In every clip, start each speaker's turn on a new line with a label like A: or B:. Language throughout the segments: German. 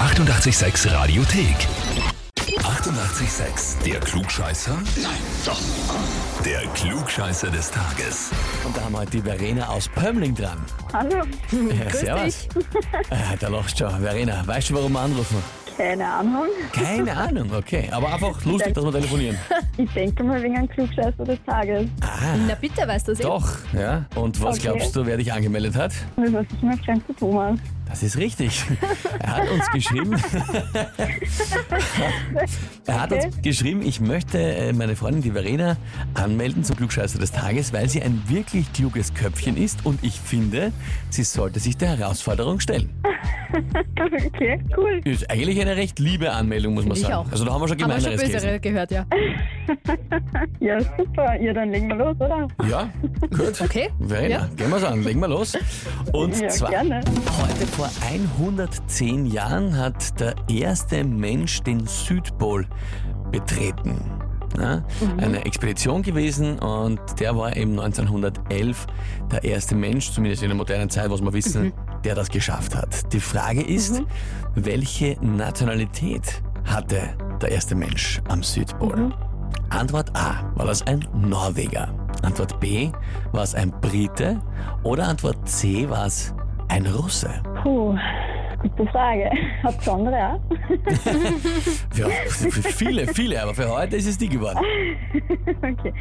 A: 886 Radiothek. 88,6. Der Klugscheißer? Nein, doch. Der Klugscheißer des Tages.
B: Und da haben wir heute die Verena aus Pömling dran.
C: Hallo?
B: Ja, servus. Äh, da lachst du schon. Verena, weißt du, warum wir anrufen?
C: Keine Ahnung.
B: Keine Ahnung, okay. Aber einfach lustig, dass wir telefonieren.
C: Ich denke mal wegen einem Klugscheißer des Tages.
D: Na bitte, weißt du es eh?
B: Doch, ja. Und was
C: Okay.
B: glaubst du, wer dich angemeldet hat?
C: Und Das ist mein Freund der Thomas.
B: Das ist richtig. Er hat uns geschrieben. er hat uns geschrieben, ich möchte äh, meine Freundin, die Verena, anmelden zum Klugscheißer des Tages, weil sie ein wirklich kluges Köpfchen ist und ich finde, sie sollte sich der Herausforderung stellen.
C: Okay, cool.
B: Ist eigentlich eine recht liebe Anmeldung, muss man
D: Ich
B: sagen.
D: auch.
B: Also da haben wir schon
D: Haben wir schon
B: gemeineres
D: bösere gehört, ja.
C: Ja, super. Ja, dann legen wir los, oder?
B: gelesen. Ja, gut.
D: Okay.
B: Verena,
D: Ja.
B: gehen wir's an, legen wir los. Und
C: Ja,
B: zwar
C: gerne.
B: Heute vor 110 Jahren hat der erste Mensch den Südpol betreten. Ja,
D: Mhm.
B: Eine Expedition gewesen und der war eben 1911 der erste Mensch, zumindest in der modernen Zeit, was wir wissen,
D: Mhm.
B: der das geschafft hat. Die Frage ist, welche Nationalität hatte der erste Mensch am Südpol?
D: Mhm.
B: Antwort A, war das ein Norweger? Antwort B, war es ein Brite? Oder Antwort C, war es ein Russe?
C: Puh, gute Frage. Hat andere auch?
B: Für, für viele, viele, aber für heute ist es die geworden.
C: Okay.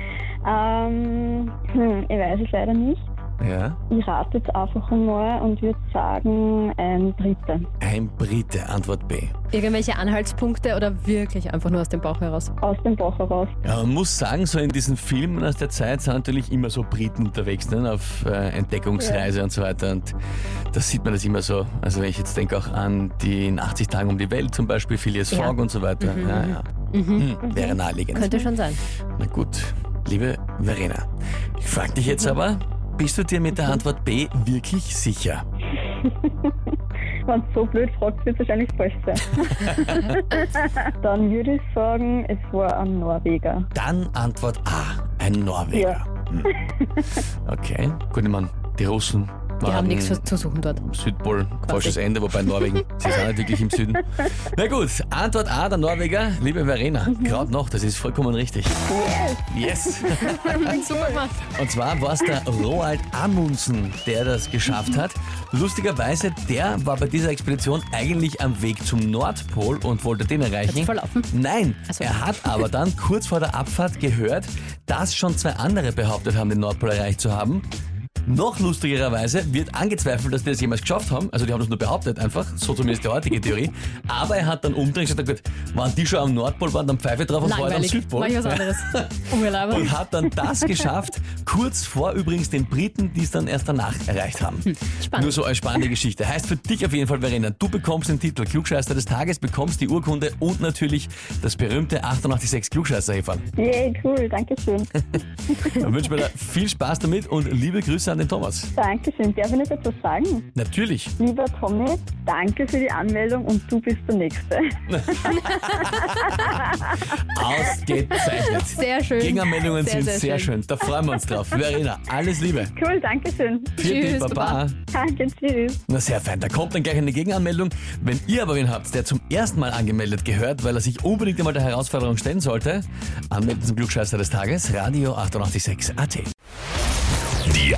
C: Ähm, hm, ich weiß es leider nicht.
B: Ja.
C: Ich rate jetzt einfach einmal und würde sagen, ein Dritter.
B: Ein Brite, Antwort B.
D: Irgendwelche Anhaltspunkte oder wirklich einfach nur aus dem Bauch heraus?
C: Aus dem Bauch heraus.
B: Ja, man muss sagen, so in diesen Filmen aus der Zeit sind natürlich immer so Briten unterwegs, ne, auf äh, Entdeckungsreise und so weiter. Und da sieht man das immer so. Also wenn ich jetzt denke auch an die in 80 Tagen um die Welt zum Beispiel, Phileas
D: Ja. Mhm.
B: Fogg und so weiter. Ja, ja. Hm, wäre naheliegend.
D: Könnte schon sein.
B: Na gut, liebe Verena, ich frage dich jetzt aber, bist du dir mit der Antwort B wirklich sicher?
C: Wenn es so blöd fragt, wird es wahrscheinlich falsch sein. dann würde ich sagen, es war ein Norweger.
B: Dann Antwort A, ein Norweger. Hm. Okay, gut, ich meine, die Russen
D: Die haben nichts
B: am
D: zu- zu suchen dort.
B: Südpol, falsches Ende, wobei Norwegen, sie sind auch nicht wirklich im Süden. Na gut, Antwort A, der Norweger, liebe Verena,
D: Mhm.
B: gerade noch, das ist vollkommen richtig. Yes!
D: Super gemacht.
B: Und zwar war es der Roald Amundsen, der das geschafft hat. Lustigerweise, der war bei dieser Expedition eigentlich am Weg zum Nordpol und wollte den erreichen.
D: Hat's verlaufen?
B: Nein,
D: so.
B: er hat aber dann kurz vor der Abfahrt gehört, dass schon zwei andere behauptet haben, den Nordpol erreicht zu haben. Noch lustigerweise wird angezweifelt, dass die das jemals geschafft haben. Also die haben das nur behauptet einfach, so zumindest die heutige Theorie. Aber er hat dann umdreht und gesagt, gut, wenn die schon am Nordpol waren, dann pfeife ich drauf und war am
D: Langweilig.
B: Südpol
D: Mach ich was anderes. Urlaub.
B: und hat dann das geschafft, kurz vor übrigens den Briten, die es dann erst danach erreicht haben.
D: Hm, spannend.
B: Nur so als spannende Geschichte. Heißt für dich auf jeden Fall, Verena, du bekommst den Titel Klugscheißer des Tages, bekommst die Urkunde und natürlich das berühmte 886 klugscheißer -Häferl.
C: Yay, cool, danke schön.
B: Dann wünsche mir da viel Spaß damit und liebe Grüße an den Thomas.
C: Dankeschön. Darf ich nicht etwas sagen?
B: Natürlich.
C: Lieber Tommy, danke für die Anmeldung und du bist der Nächste.
B: Ausgezeichnet.
D: Sehr schön.
B: Gegenanmeldungen
D: Sehr,
B: sind
D: sehr
B: sehr, schön. Da freuen wir uns drauf. Verena, alles Liebe.
C: Cool, danke schön.
B: Für dich,
D: Tschüss,
B: Baba.
D: Baba.
C: Danke, tschüss.
B: Na sehr fein, da kommt dann gleich eine Gegenanmeldung. Wenn ihr aber wen habt, der zum ersten Mal angemeldet gehört, weil er sich unbedingt einmal der Herausforderung stellen sollte, anmelden zum Glückscheißer des Tages, Radio 886 AT.
A: Die